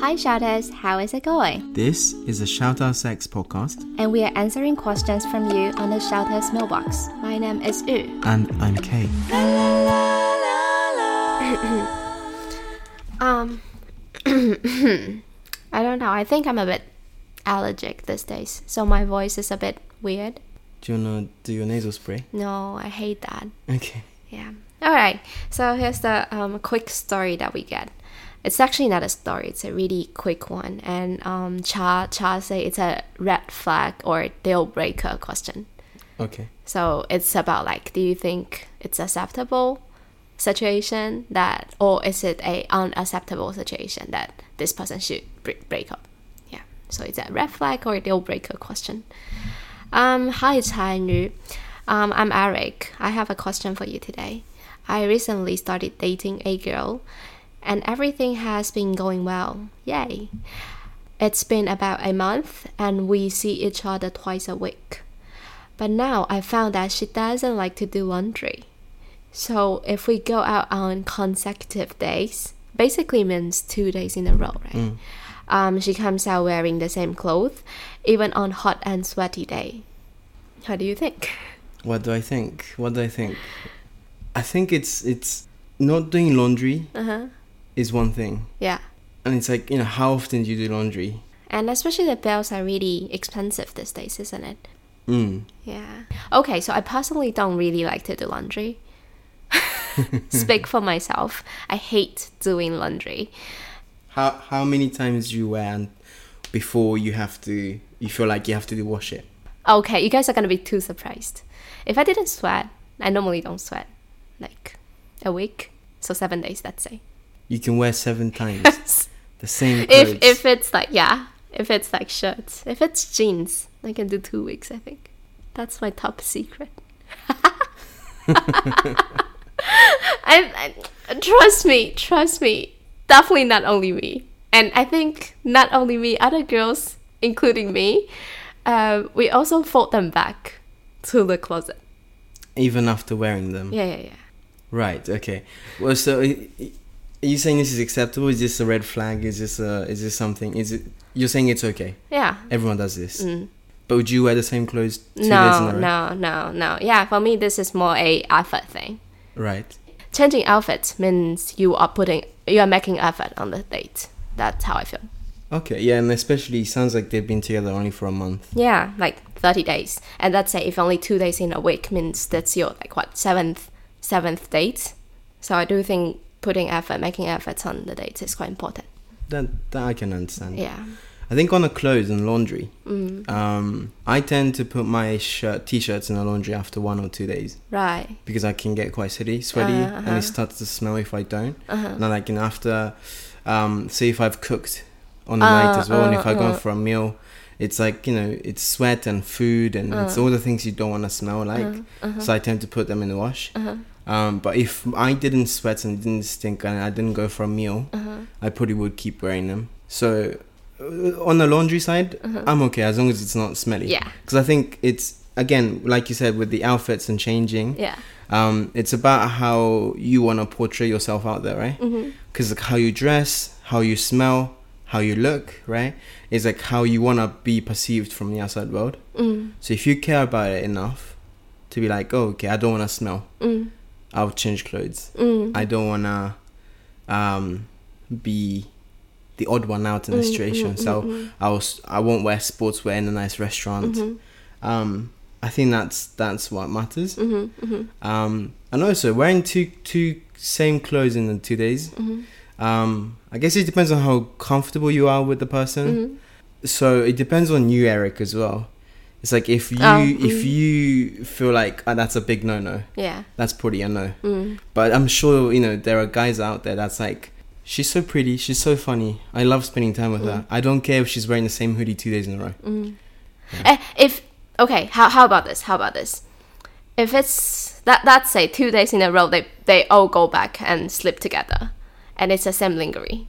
Hi, shouters, how is it going? This is a Shout Out Sex podcast, And we are answering questions from you on the shouters mailbox. My name is Yu. and I'm Kay. Um, I don't know. I think I'm a bit allergic these days, so my voice is a bit weird. Do you wanna do your nasal spray? No, I hate that. Okay. Yeah. All right. So here's the um, quick story that we get. It's actually not a story. It's a really quick one. And um, Cha Cha say it's a red flag or deal breaker question. Okay. So it's about like, do you think it's acceptable situation that, or is it a unacceptable situation that this person should break, break up? Yeah. So it's a red flag or deal breaker question. Um, hi, Chai Yu. Um, I'm Eric. I have a question for you today. I recently started dating a girl, and everything has been going well. Yay! It's been about a month, and we see each other twice a week. But now I found that she doesn't like to do laundry. So if we go out on consecutive days, basically means two days in a row, right? Um, she comes out wearing the same clothes, even on hot and sweaty day. How do you think? What do I think? What do I think? I think it's it's not doing laundry Uh huh. is one thing, Yeah. and it's like you know how often do you do laundry? And especially the bills are really expensive these days, isn't it? Mm. Yeah. Okay, so I personally don't really like to do laundry. Speak for myself. I hate doing laundry. How how many times do you wear and before you have to you feel like you have to wash it? Okay, you guys are gonna be too surprised. If I didn't sweat, I normally don't sweat. Like a week. So seven days, let's say. You can wear seven times the same clothes. if if it's like yeah, if it's like shirts, if it's jeans, I can do two weeks. I think that's my top secret. I, I trust me, trust me. Definitely not only me, and I think not only me, other girls, including me, uh, we also fold them back to the closet. even after wearing them. Yeah, yeah, yeah. Right. Okay. Well, so i- i- are you saying this is acceptable? Is this a red flag? Is this a is this something? Is it? You're saying it's okay. Yeah, Everyone does this. But would you wear the same clothes two days Mm. in no, a row? no, no, no. Yeah, for me, this is more a effort thing. Right. changing outfits means you are putting you are making effort on the date that's how i feel Okay. Yeah, and especially it sounds like they've been together only for a month. yeah like 30 days and let's say if only two days in a week means that's your like what seventh seventh date so i do think putting effort making efforts on the dates is quite important That that I can understand. yeah Mm. I think on the clothes and laundry, um, I tend to put my shirt, t-shirts in the laundry after one or two days right because I can get quite sweaty, sweaty, and Uh-huh. it starts to smell if I don't. And I like and after, um, say if I've cooked on the night Uh, as well, and if uh, I go uh. for a meal, it's like you know, it's sweat and food, and Uh. it's all the things you don't want to smell Uh-huh, like. So I tend to put them in the wash. Um, but if I didn't sweat and didn't stink and I didn't go for a meal, Uh-huh. I probably would keep wearing them. So uh, on the laundry side, I'm okay as long as it's not smelly. Uh-huh. Yeah. Because I think it's again, like you said, with the outfits and changing. yeah Um, it's about how you want to portray yourself out there, right? Because like how you dress, how you smell, how you look, right? Is like how you want to be perceived from the outside world. mm, So if you care about it enough to be like, oh, okay, I don't want to smell, mm, I'll change clothes. mm. I don't want to um, be the odd one out in the situation. so I'll s- I won't wear sportswear in a nice restaurant. Um, I think that's that's what matters. Um, and also wearing two two same clothes in the two days. Um, I guess it depends on how comfortable you are with the person. So it depends on you, Eric, as well. It's like if you Oh, if you feel like oh, that's a big no no, yeah that's probably a no. mm. But I'm sure you know there are guys out there that's like, she's so pretty, she's so funny. I love spending time with her. I don't care if she's wearing the same hoodie two days in a row. Eh, if okay how, how about this how about this if it's that that's say two days in a row they they all go back and sleep together and it's the same lingerie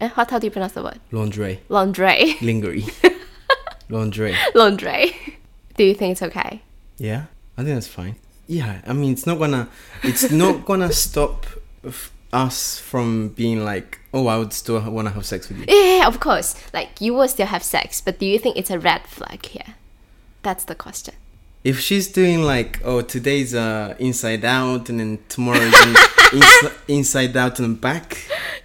Eh, how, how do you pronounce the word Laundry, lingerie lingerie, laundry. lingerie do you think it's okay Yeah, I think that's fine. Yeah, I mean it's not gonna it's not gonna stop f- us from being like, oh, I would still want to have sex with you. Yeah, yeah, of course. Like you will still have sex, but do you think it's a red flag here? That's the question. If she's doing like, oh, today's uh, inside out, and then tomorrow's in, ins- inside out and back,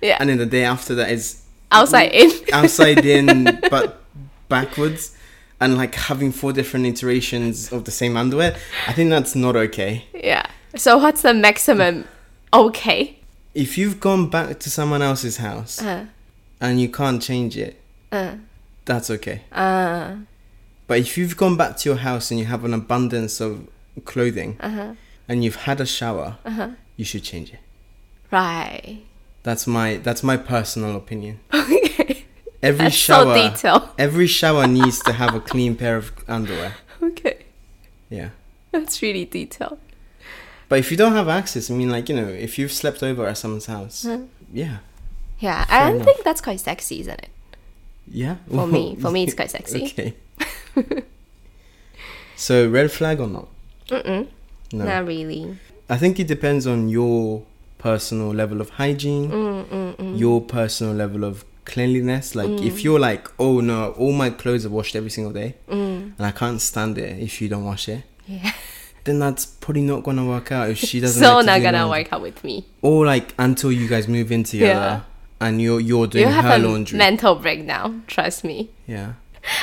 Yeah. and then the day after that is Outside in. outside in, but backwards, and like having four different iterations of the same underwear, I think that's not okay. Yeah. So what's the maximum? Okay. If you've gone back to someone else's house Uh, and you can't change it, uh, that's okay. uh, But if you've gone back to your house and you have an abundance of clothing uh-huh, and you've had a shower, uh-huh. you should change it. Right. That's my that's my personal opinion. Okay. Every That's so shower detailed. every shower needs to have a clean pair of underwear. Okay. Yeah. That's really detailed. But if you don't have access, I mean like, you know, if you've slept over at someone's house, yeah. Yeah, Fair I enough. think that's quite sexy, isn't it? Yeah. For me- for me, it's quite sexy. okay. so red flag or not? Mm-mm. No. Not really. I think it depends on your personal level of hygiene, your personal level of cleanliness. Like Mm. if you're like, oh no, all my clothes are washed every single day, Mm. and I can't stand it if you don't wash it, Yeah. then that's probably not gonna work out. If she doesn't, so like to not clean gonna laundry. work out with me. Or like until you guys move in together, and you're you're doing you have her a laundry. mental breakdown. Trust me. yeah.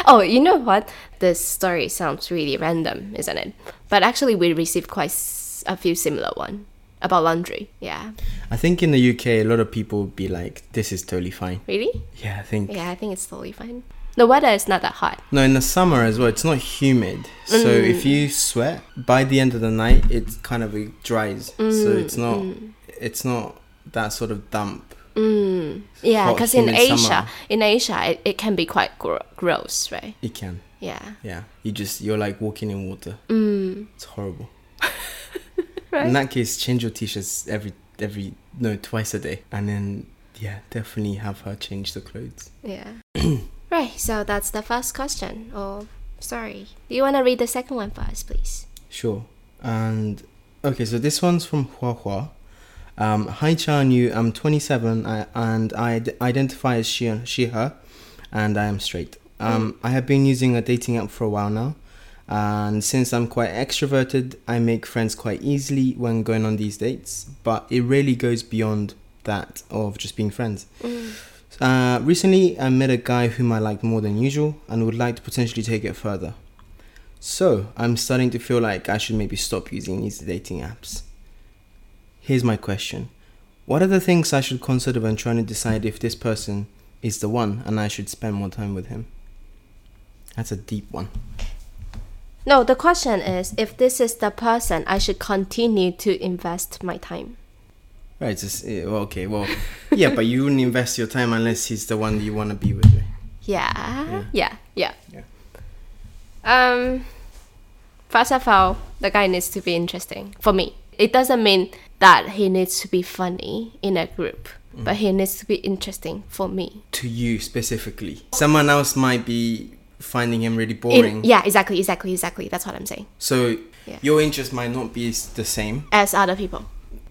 Oh, you know what? This story sounds really random, isn't it? But actually, we received quite s- a few similar one about laundry. Yeah. I think in the UK, a lot of people would be like, "This is totally fine." Really? Yeah, I think Yeah, I think it's totally fine. The weather is not that hot. No, in the summer as well, it's not humid. So Mm. if you sweat, by the end of the night, it kind of it dries. Mm. So it's not it's not that sort of damp. Yeah, Hot, because in humid Asia, summer. in Asia, it, it can be quite gro- gross, right? It can. Yeah. Yeah. You just you're like walking in water. Mm. It's horrible. In that case, change your t-shirts every every no, twice a day. And then yeah, definitely have her change the clothes. Yeah. right. So that's the first question. Oh, sorry. Do you want to read the second one for us, please? Sure. And okay, so this one's from Hua Hua. Um, hi Chan Yu, I'm 27 I, and I d- identify as she, she her, and I am straight. Um, I have been using a dating app for a while now, and since I'm quite extroverted, I make friends quite easily when going on these dates, but it really goes beyond that of just being friends. Uh, recently, I met a guy whom I liked more than usual and would like to potentially take it further. So, I'm starting to feel like I should maybe stop using these dating apps. Here's my question What are the things I should consider when trying to decide if this person is the one and I should spend more time with him? That's a deep one. No, the question is if this is the person, I should continue to invest my time. Right, it's just, eh, well, okay, well, yeah, but you wouldn't invest your time unless he's the one you want to be with. right? Yeah. Yeah. Yeah. Yeah. Um, first of all, the guy needs to be interesting for me. It doesn't mean that he needs to be funny in a group, but he needs to be interesting for me. To you specifically. Someone else might be finding him really In- boring. yeah, exactly, exactly, exactly. That's what I'm saying. So Yeah. your interest might not be s- the same, As other people.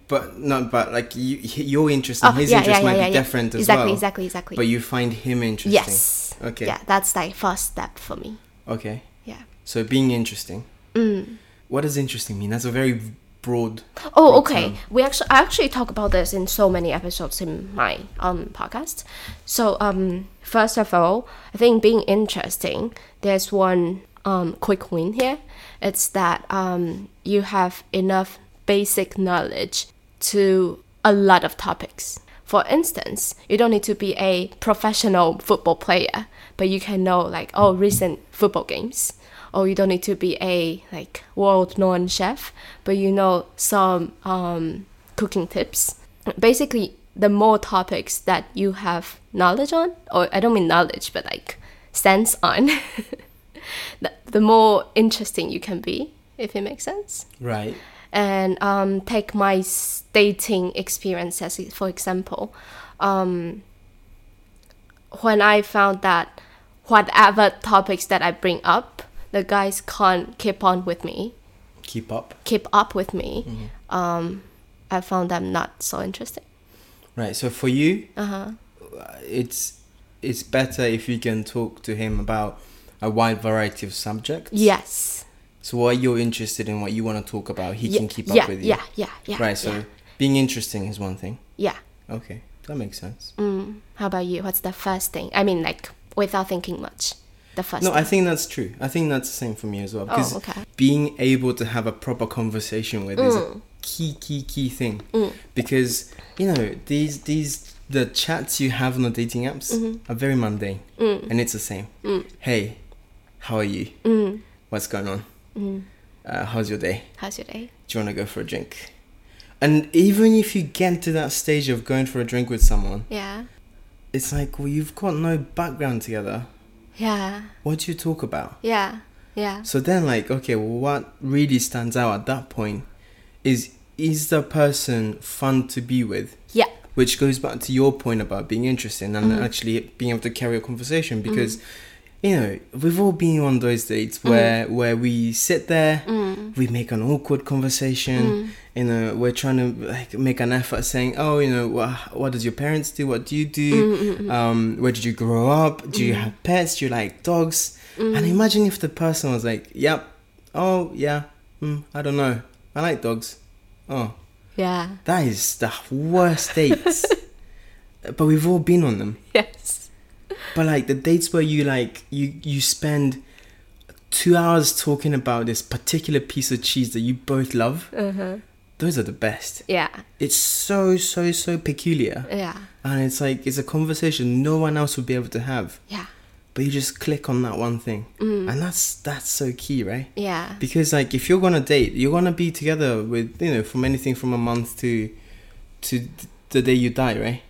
but no, but like you, h- your interest Oh, and his interest might be different as exactly, well. Exactly, exactly, But you find him interesting. Yes. Okay. Yeah, that's like first step for me. Okay. Yeah. So being interesting. Mm. What does interesting mean? That's a very broad. Oh, broad okay. term. We actually I actually talk about this in so many episodes in my um podcast. So um first of all, I think being interesting, there's one um quick win here. It's that um you have enough basic knowledge to a lot of topics. For instance, you don't need to be a professional football player, but you can know like oh recent football games or you don't need to be a like world known chef, but you know some um, cooking tips. Basically, the more topics that you have knowledge on, or I don't mean knowledge, but like sense on, the, the more interesting you can be, if it makes sense Right. and um, take my s- dating experience as e- for example um, when i found that whatever topics that i bring up the guys can't keep on with me Keep up. Mm-hmm. keep up with me um, i found them not so interesting Right. So for you, Uh huh. it's it's better if you can talk to him about a wide variety of subjects. Yes. So what you're interested in, what you want to talk about, he yeah, can keep yeah, up with you. Yeah, yeah, yeah. Right. So yeah, being interesting is one thing. yeah. Okay, that makes sense. Mm. How about you? What's the first thing? I mean, like without thinking much. The first. No, thing. I think that's true. I think that's the same for me as well. Oh, Because okay. Mm. being able to have a proper conversation with is a key, key, key thing. Because you know these these the chats you have on the dating apps Mm-hmm. are very mundane, Mm. and it's the same. Hey, how are you? Mm. What's going on? Uh, how's your day? How's your day? Do you want to go for a drink? And even if you get to that stage of going for a drink with someone, Yeah. it's like, well, you've got no background together. Yeah. What do you talk about? Yeah. Yeah. So then, like, okay, well, what really stands out at that point is is the person fun to be with, Yeah. which goes back to your point about being interesting and actually being able to carry a conversation because. You know, we've all been on those dates where where we sit there, we make an awkward conversation. You know, we're trying to like make an effort, saying, "Oh, you know, wha what does your parents do? What do you Mm. do? Mm-hmm. Um, where did you grow up? Do you have pets? Do you like dogs?" And imagine if the person was like, "Yep, oh yeah, mm, I don't know, I like dogs. Oh, Yeah. that is the worst dates. but we've all been on them. Yes. But like the dates where you like you you spend two hours talking about this particular piece of cheese that you both love. Those are the best. Yeah. It's so so so peculiar, Yeah. and it's like it's a conversation no one else would be able to have. Yeah. Mm. But you just click on that one thing, and that's that's so key, right? Yeah. because like if you're gonna date you're gonna be together with you know from anything from a month to to th- the day you die right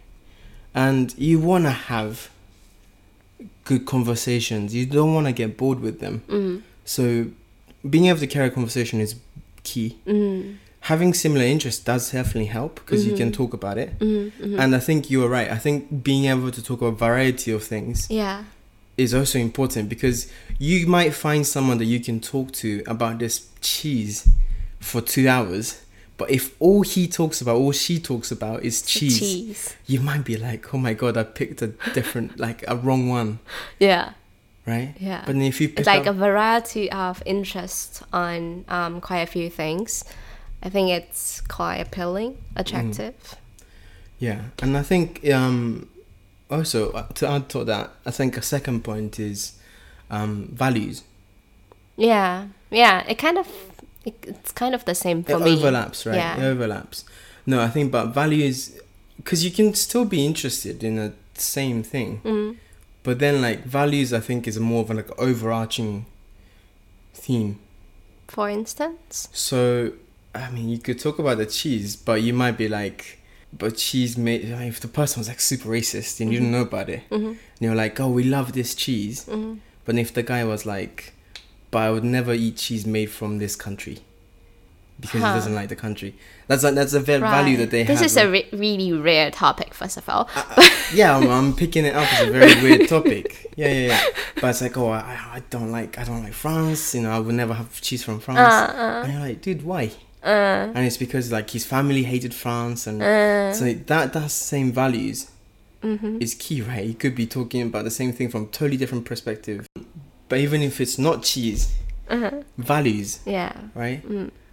and you wanna have good conversations you don't wanna get bored with them Mm. so being able to carry a conversation is key Mm. having similar interests does definitely help because you can talk about it Mm. Mm. and i think you are right i think being able to talk about a variety of things Yeah. is also important because you might find someone that you can talk to about this cheese for two hours. But if all he talks about, all she talks about is cheese, Cheese. you might be like, oh my god, I picked a different, like a wrong one, Yeah. right? Yeah. But then if you pick It's like a up, variety of interests on um, quite a few things. I think it's quite appealing, attractive. Mm. yeah, and I think um, also uh, to add to that, I think a second point is um, values. Yeah, yeah. It kind of it, it's kind of the same for it me. overlaps, right? Yeah. It overlaps. No, I think, but value is because you can still be interested in the same thing, Mm. but then like values, I think, is more of an like overarching theme. For instance, So, I mean, you could talk about the cheese, but you might be like, but cheese made. I mean, if the person was like super racist and you Mm-hmm. didn't know about it, and you're like, oh, we love this cheese, Mm. but if the guy was like, but I would never eat cheese made from this country because Huh. he doesn't like the country. That's a, that's a va- value Right. that they this have. is a re- really rare topic. First of all, yeah, I'm, I'm picking it up as a very weird topic. Yeah, yeah, yeah. But it's like, oh, I, I don't like, I don't like France. You know, I would never have cheese from France. Uh-huh. And you're like, dude, why? Uh, And it's because like his family hated France, and uh, Uh-huh. so that that same values mm-hmm. is key, right? You could be talking about the same thing from totally different perspective, but even if it's not cheese, Uh-huh. values, yeah, Mm. right?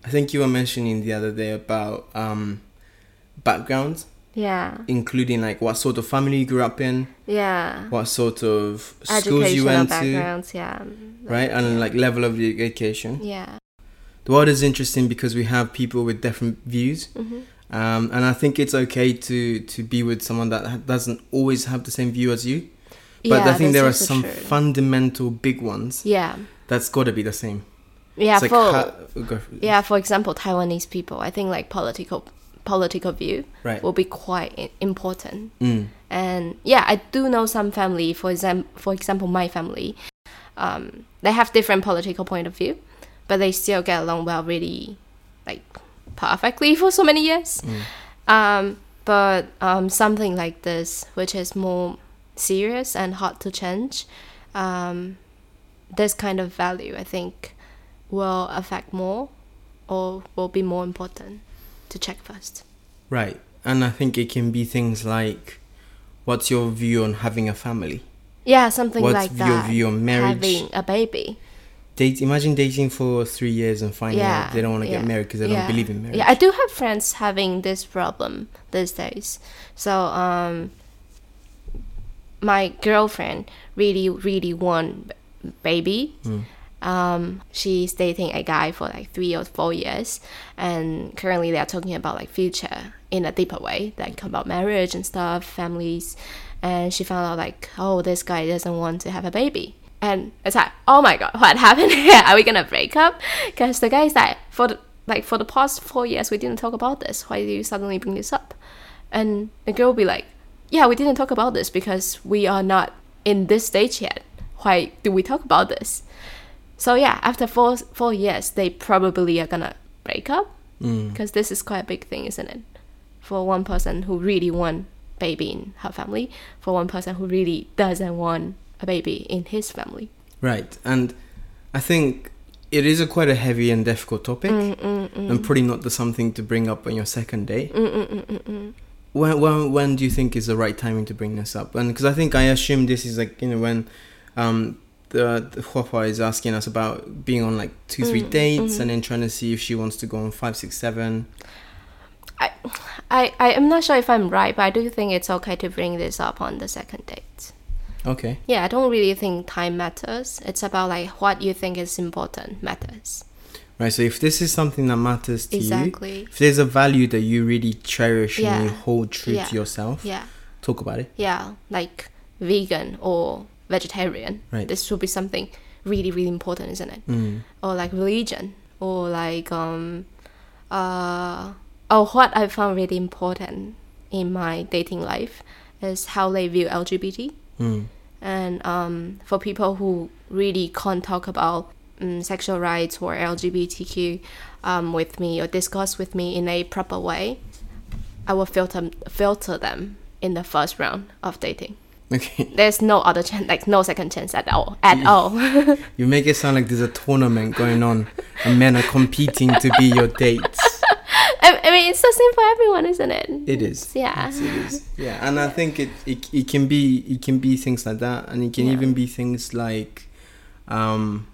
I think you were mentioning the other day about um, background, yeah, including like what sort of family you grew up in, yeah. what sort of schools you Educational went backgrounds, yeah, to, right? And like level of your education. yeah, The world is interesting because we have people with different views. Mm-hmm. Um, and I think it's okay to, to be with someone that ha- doesn't always have the same view as you. But yeah, I think there are that's also some true. fundamental big ones Yeah, that's got to be the same. yeah. It's like for how- go for it. yeah, for example, Taiwanese people, I think like political political view Right. will be quite i- important. Mm. and yeah i do know some family for example for example my family um, they have different political point of view but they still get along well really like perfectly for so many years Mm. um, but um, something like this which is more serious and hard to change um, this kind of value i think will affect more or will be more important to check first Right. and I think it can be things like, what's your view on having a family? Yeah, something What's like your that. view on marriage? Having a baby. Date, imagine dating for three years and finding yeah. out they don't want to yeah, get married because they yeah. don't believe in marriage. Yeah, I do have friends having this problem these days. So, um, my girlfriend really, really want b- baby. Hmm. Um, she's dating a guy for like three or four years, and currently they are talking about like future in a deeper way, like about marriage and stuff, families. And she found out like, oh, this guy doesn't want to have a baby. And it's like, oh my god, what happened here? Are we gonna break up? Because the guy is like, for the like for the past four years we didn't talk about this. Why do you suddenly bring this up? And the girl will be like, yeah, we didn't talk about this because we are not in this stage yet. Why do we talk about this? So yeah, after four four years, they probably are gonna break up Mm, because this is quite a big thing, isn't it? For one person who really want baby in her family, for one person who really doesn't want a baby in his family. Right, and I think it is a quite a heavy and difficult topic, Mm, and probably not the something to bring up on your second date. Mm. When when when do you think is the right timing to bring this up? And because I think I assume this is like you know when um, the, the Huapa is asking us about being on like two three Mm, dates mm-hmm. and then trying to see if she wants to go on five six seven. I, I, I am not sure if I'm right, but I do think it's okay to bring this up on the second date. Okay, Yeah, I don't really think time matters. It's about like what you think is important matters. right. So if this is something that matters to you, Exactly. if there's a value that you really cherish Yeah. and you hold true Yeah. to yourself, Yeah, talk about it. yeah, like vegan or vegetarian. Right. This should be something really, really important, isn't it? Mm. Or like religion, or like um, uh, oh, what I found really important in my dating life is how they view LGBT. Mm. and um, for people who really can't talk about um, sexual rights or LGBTQ um, with me or discuss with me in a proper way, I will filter filter them in the first round of dating. Okay. There's no other chance, like no second chance at all, at all. You make it sound like there's a tournament going on and men are competing to be your dates. I, I mean, it's the same for everyone, isn't it? It is. Yeah. Yes, it is. Yeah, and I think it, it it can be it can be things like that and it can Yeah. even be things like um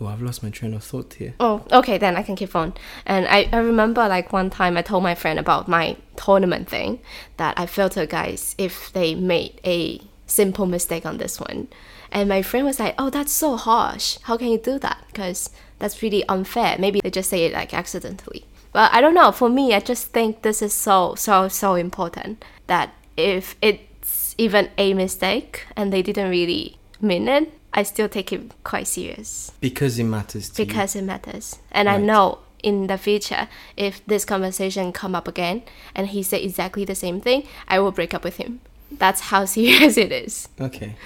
oh I've lost my train of thought here. Oh, okay, then I can keep on. And I, I remember like one time I told my friend about my tournament thing that I filter guys if they made a simple mistake on this one. And my friend was like, oh, that's so harsh. How can you do that? Because that's really unfair. Maybe they just say it like accidentally. But I don't know. For me, I just think this is so, so, so important that if it's even a mistake and they didn't really mean it, I still take it quite serious Because it matters to you. because it matters and i Right. know in the future if this conversation come up again and he said exactly the same thing i will break up with him that's how serious it is Okay.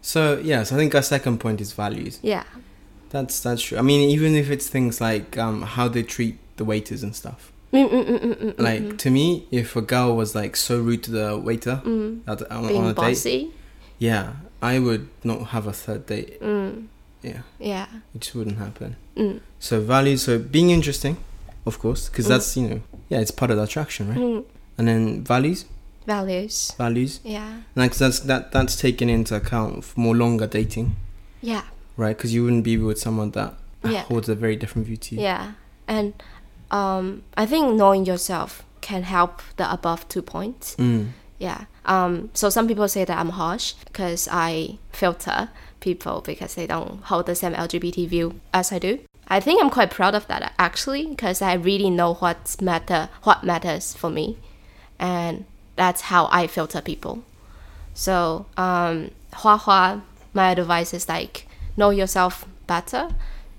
So yes, I think our second point is values. yeah That's that's true. I mean even if it's things like um how they treat the waiters and stuff. Mm, mm, mm, mm, mm, mm. Like to me, if a girl was like so rude to the waiter at, on, on Mm. being a date, bossy Yeah, I would not have a third date. Yeah, Mm. yeah it just wouldn't happen. Mm. So value, so being interesting, of course, because that's you know, yeah, it's part of the attraction, right? Mm. And then values, values values, yeah like that's that that's taken into account for more longer dating, yeah right? Because you wouldn't be with someone that Yeah. holds a very different view to you. yeah and um, i think knowing yourself can help the above two points Mm. Yeah. Um, so some people say that I'm harsh because I filter people because they don't hold the same LGBT view as I do. I think I'm quite proud of that actually because I really know what's matter what matters for me, and that's how I filter people. So um, Hua Hua, my advice is like know yourself better.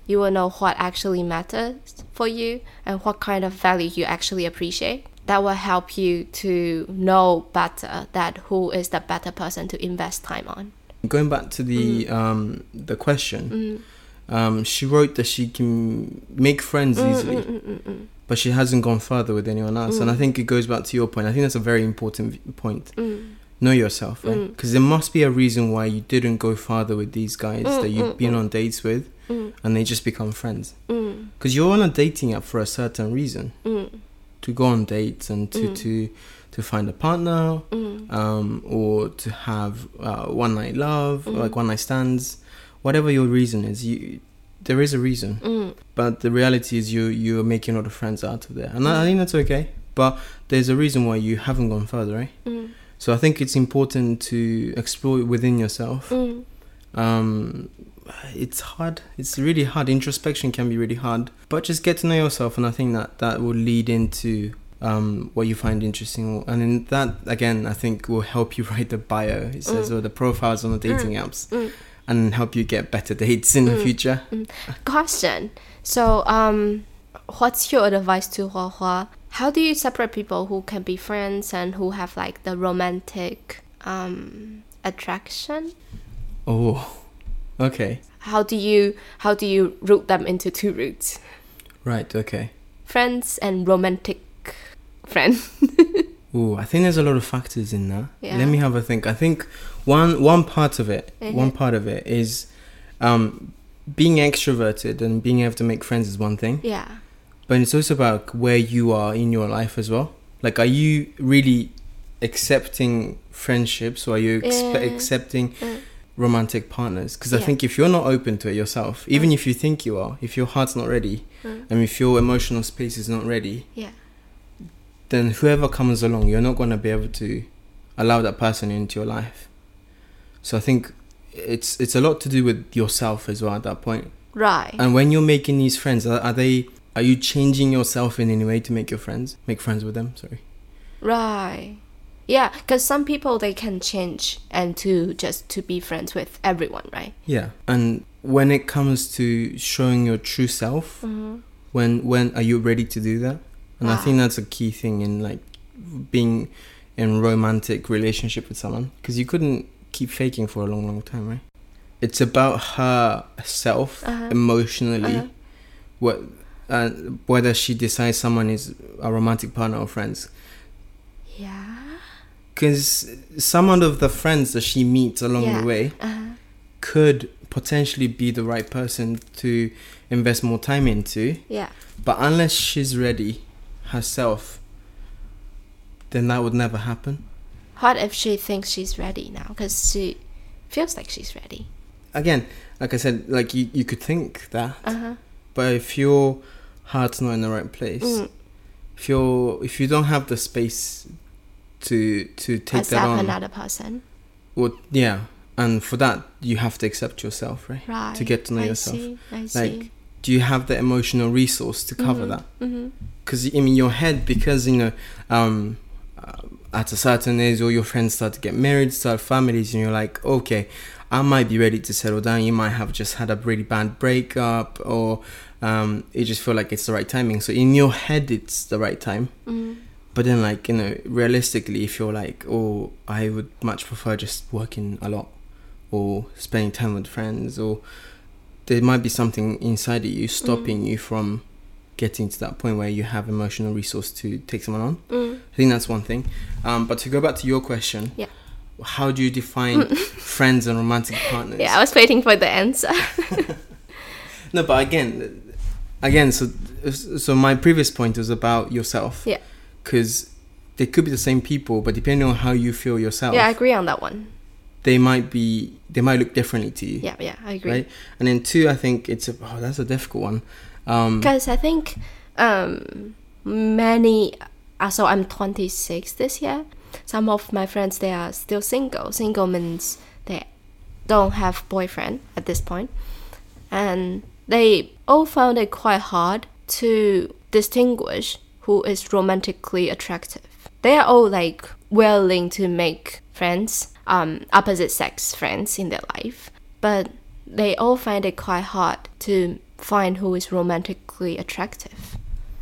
You will know what actually matters for you and what kind of value you actually appreciate. That will help you to know better that who is the better person to invest time on. Going back to the um the Mm. question, um, she wrote that she can make friends Mm, easily. but she hasn't gone further with anyone else. And I think it goes back to your point. I think that's a very important v- point. mm, Know yourself, right? Because there must be a reason why you didn't go further with these guys that you've been on dates with, mm, mm, and they just become friends. Because you're on a dating app for a certain reason. to go on dates and to to to find a partner um, or to have uh, one night love like one night stands whatever your reason is you there is a mm, reason but the reality is you you're making other friends out of there and I, I think that's okay but there's a reason why you haven't gone further right mm, so i think it's important to explore within yourself mm. um it's hard it's really hard introspection can be really hard but just get to know yourself and i think that that will lead into um what you find interesting and in that again i think will help you write the bio it says or the profiles on the dating apps mm. and help you get better dates in the future Question. So, um, what's your advice to Hua Hua? How do you separate people who can be friends and who have like the romantic um, attraction? oh okay How do you how do you root them into two roots? right okay Friends and romantic friend. Ooh, I think there's a lot of factors in that. Yeah. Let me have a think. I think one one part of it, one Mhm. part of it is um, being extroverted and being able to make friends is one thing, yeah. but it's also about where you are in your life as well. Like, are you really accepting friendships or are you expe- Yeah. accepting Yeah. romantic partners? Because I Yeah. Uh. think if you're not open to it yourself, even if you think you are, if your heart's not ready, Mm. and if your emotional space is not ready, Yeah. then whoever comes along, you're not going to be able to allow that person into your life. So I think it's it's a lot to do with yourself as well at that point. Right. And when you're making these friends, are, are they are you changing yourself in any way to make your friends make friends with them? Sorry. Right. Yeah, because some people they can change and to just to be friends with everyone, right? Yeah. And when it comes to showing your true self, Mm-hmm. when when are you ready to do that? And I Ah. think that's a key thing in like being in romantic relationship with someone because you couldn't keep faking for a long long time, right? It's about herself Uh-huh. emotionally, Uh-huh. what uh, whether she decides someone is a romantic partner or friends. Yeah. Because some of the friends that she meets along Yeah. the way Uh-huh. could potentially be the right person to invest more time into. Yeah. But unless she's ready herself, then that would never happen. What if she thinks she's ready now? Because she feels like she's ready. Again, like I said, like you, you could think that, Uh huh. but if your heart's not in the right place, Mm. if you're if you don't have the space to to take that Accept on, another person. well, yeah, and for that you have to accept yourself, right? Right. To get to know I yourself. See, I Like, see. do you have the emotional resource to cover that? Mm-hmm. because I mean your head because you know um uh, at a certain age all your friends start to get married start families and you're like okay I might be ready to settle down you might have just had a really bad breakup or um you just feel like it's the right timing so in your head it's the right time Mm. but then like you know realistically if you're like oh I would much prefer just working a lot or spending time with friends or there might be something inside of you stopping Mm. you from getting to that point where you have emotional resource to take someone on Mm. i think that's one thing um, but to go back to your question Yeah. how do you define friends and romantic partners Yeah, I was waiting for the answer. no but again again so so my previous point was about yourself Yeah. because they could be the same people but depending on how you feel yourself yeah, I agree on that one. they might be they might look differently to you Yeah, yeah, I agree. right and then two i think it's a, oh that's a difficult one um Because I think um, many, uh, so I'm 26 this year. Some of my friends they are still single. Single means they don't have boyfriend at this point, and they all found it quite hard to distinguish who is romantically attractive. They are all like willing to make friends, um, opposite sex friends in their life, but they all find it quite hard to find who is romantically attractive.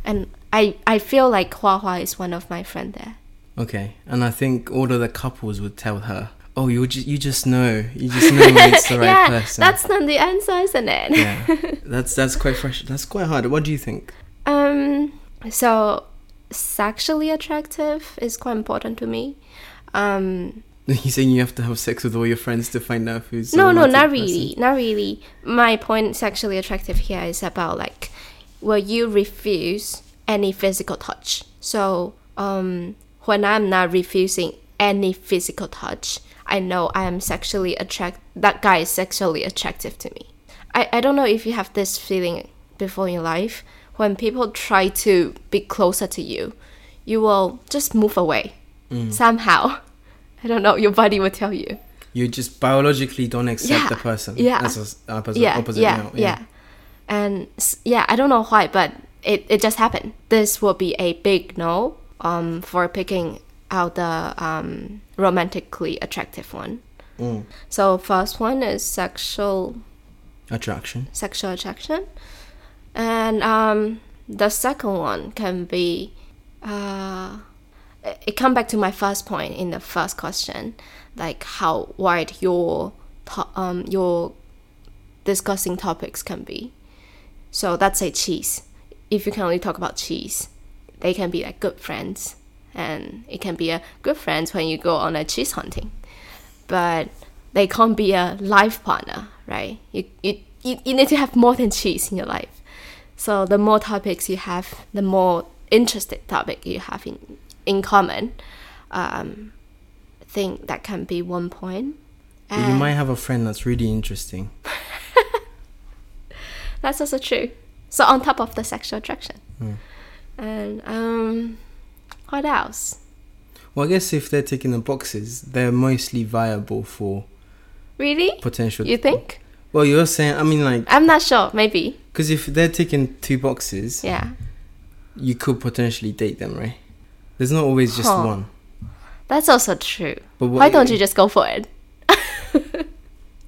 And I, I feel like Hua Hua is one of my friend there. Okay, and I think all of the couples would tell her, "Oh, you just you just know, you just know when it's the right yeah, person." that's not the answer, isn't it? yeah, that's that's quite fresh. That's quite hard. What do you think? Um, so sexually attractive is quite important to me. Um, You saying you have to have sex with all your friends to find out who's the no, no, romantic not person? really, not really. My point sexually attractive here is about like, will you refuse any physical touch. So um, when I'm not refusing any physical touch, I know I am sexually attract. That guy is sexually attractive to me. I, I don't know if you have this feeling before in life when people try to be closer to you, you will just move away Mm. somehow. I don't know. Your body will tell you. You just biologically don't accept Yeah, the person. yeah, As a s- opposite, yeah, opposite yeah, male, yeah, And s- yeah, I don't know why, but it, it just happened. This will be a big no um, for picking out the um, romantically attractive one. Mm. So first one is sexual Attraction. sexual attraction, and um, the second one can be. Uh, it- it come back to my first point in the first question, like how wide your to- um your discussing topics can be. So that's a cheese. If you can only talk about cheese, they can be like good friends, and it can be a good friends when you go on a cheese hunting. But they can't be a life partner, right? You you you, you need to have more than cheese in your life. So the more topics you have, the more interested topic you have in in common. Um, I think that can be one point. But Uh, you might have a friend that's really interesting. That's also true. So on top of the sexual attraction, and um, what else? Well, I guess if they're ticking the boxes, they're mostly viable for Really? potential. You think? Well, you're saying, I mean, like, I'm not sure. Maybe. because if they're ticking two boxes, Yeah. you could potentially date them, right? There's not always just Huh. one. That's also true. But what- Why don't you just go for it?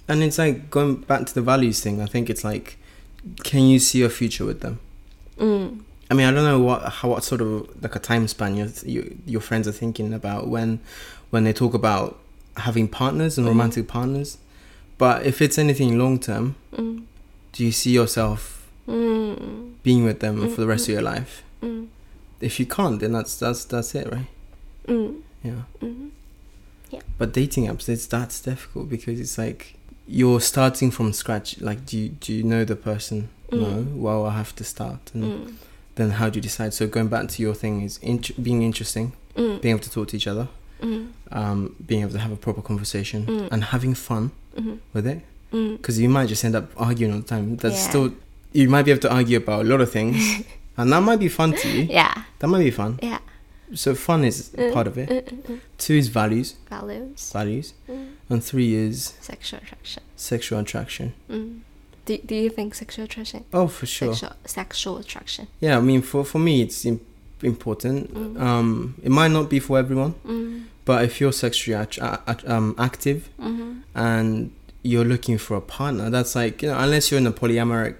And it's like going back to the values thing. I think it's like, can you see your future with them? Mm. I mean, I don't know what how what sort of like a time span your your, your friends are thinking about when when they talk about having partners and romantic partners. But if it's anything long term, Mm. do you see yourself Mm. being with them for the rest of your life? Mm. If you can't, then that's that's that's it, right? Mm. Yeah. Mhm. Yeah. But dating apps, it's that's difficult because it's like you're starting from scratch. Like, do you, do you know the person? No. Well, I have to start, and Mm. then how do you decide? So going back to your thing is int- being interesting, Mm. being able to talk to each other, Mm. um, being able to have a proper conversation, Mm. and having fun Mhm. with it. Mm. Because you might just end up arguing all the time. That's Yeah. still you might be able to argue about a lot of things, and that might be fun to you. Yeah. That might be fun. Yeah. So fun is part of it. Mm, mm, mm. Two is values, Values. values, Mm. and three is Sexual attraction. sexual attraction. Mm. Do, do you think sexual attraction? Oh, for sure. Sexual, sexual attraction. Yeah, I mean, for for me, it's im- important. Mm. Um, it might not be for everyone, Mm. but if you're sexually act- a- act- um, active Mm-hmm. and you're looking for a partner, that's like you know, unless you're in a polyamorous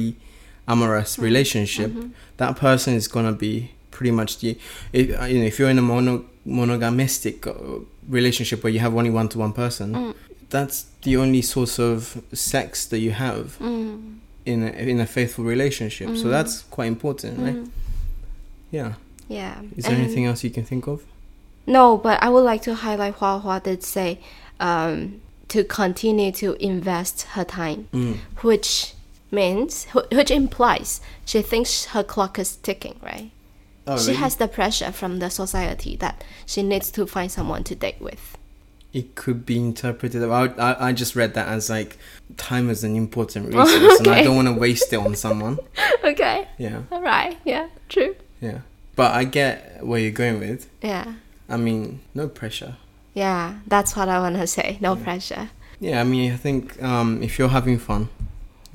Mm-hmm. polyamorous relationship, that person is gonna be pretty much the if, uh, you know if you're in a mono monogamistic uh, relationship where you have only one to one person, Mm. that's the only source of sex that you have Mm. in a, in a faithful relationship. So Mm. that's quite important, right? Mm. Yeah. Yeah. Is there And- anything else you can think of? No, but I would like to highlight Hua Hua did say um, to continue to invest her time, Mm. which means, wh- which implies she thinks her clock is ticking, right? Oh, she has the pressure from the society that she needs to find someone to date with. It could be interpreted. I, I I just read that as like time is an important resource, and I okay. don't want to waste it on someone. okay. Yeah, All right. Yeah. True. yeah. But I get where you're going with. Yeah. I mean, no pressure. Yeah. That's what I want to say. Mm. No pressure. Yeah, I mean, I think um, if you're having fun,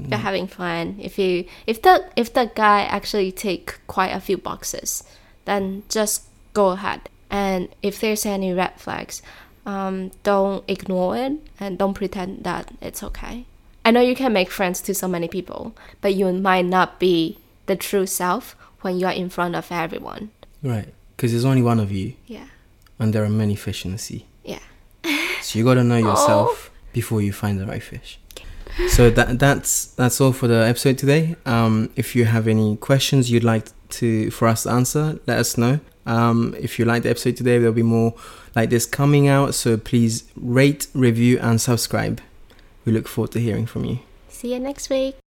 you're having fun if you if the if the guy actually take quite a few boxes then just go ahead and if there's any red flags um, don't ignore it and don't pretend that it's okay i know you can make friends to so many people but you might not be the true self when you're in front of everyone right? Because there's only one of you, yeah and there are many fish in the sea. yeah So you gotta know yourself before you find the right fish. So that that's that's all for the episode today. Um, if you have any questions you'd like to for us to answer, let us know. Um, if you like the episode today, there'll be more like this coming out. So please rate, review, and subscribe. We look forward to hearing from you. see you next week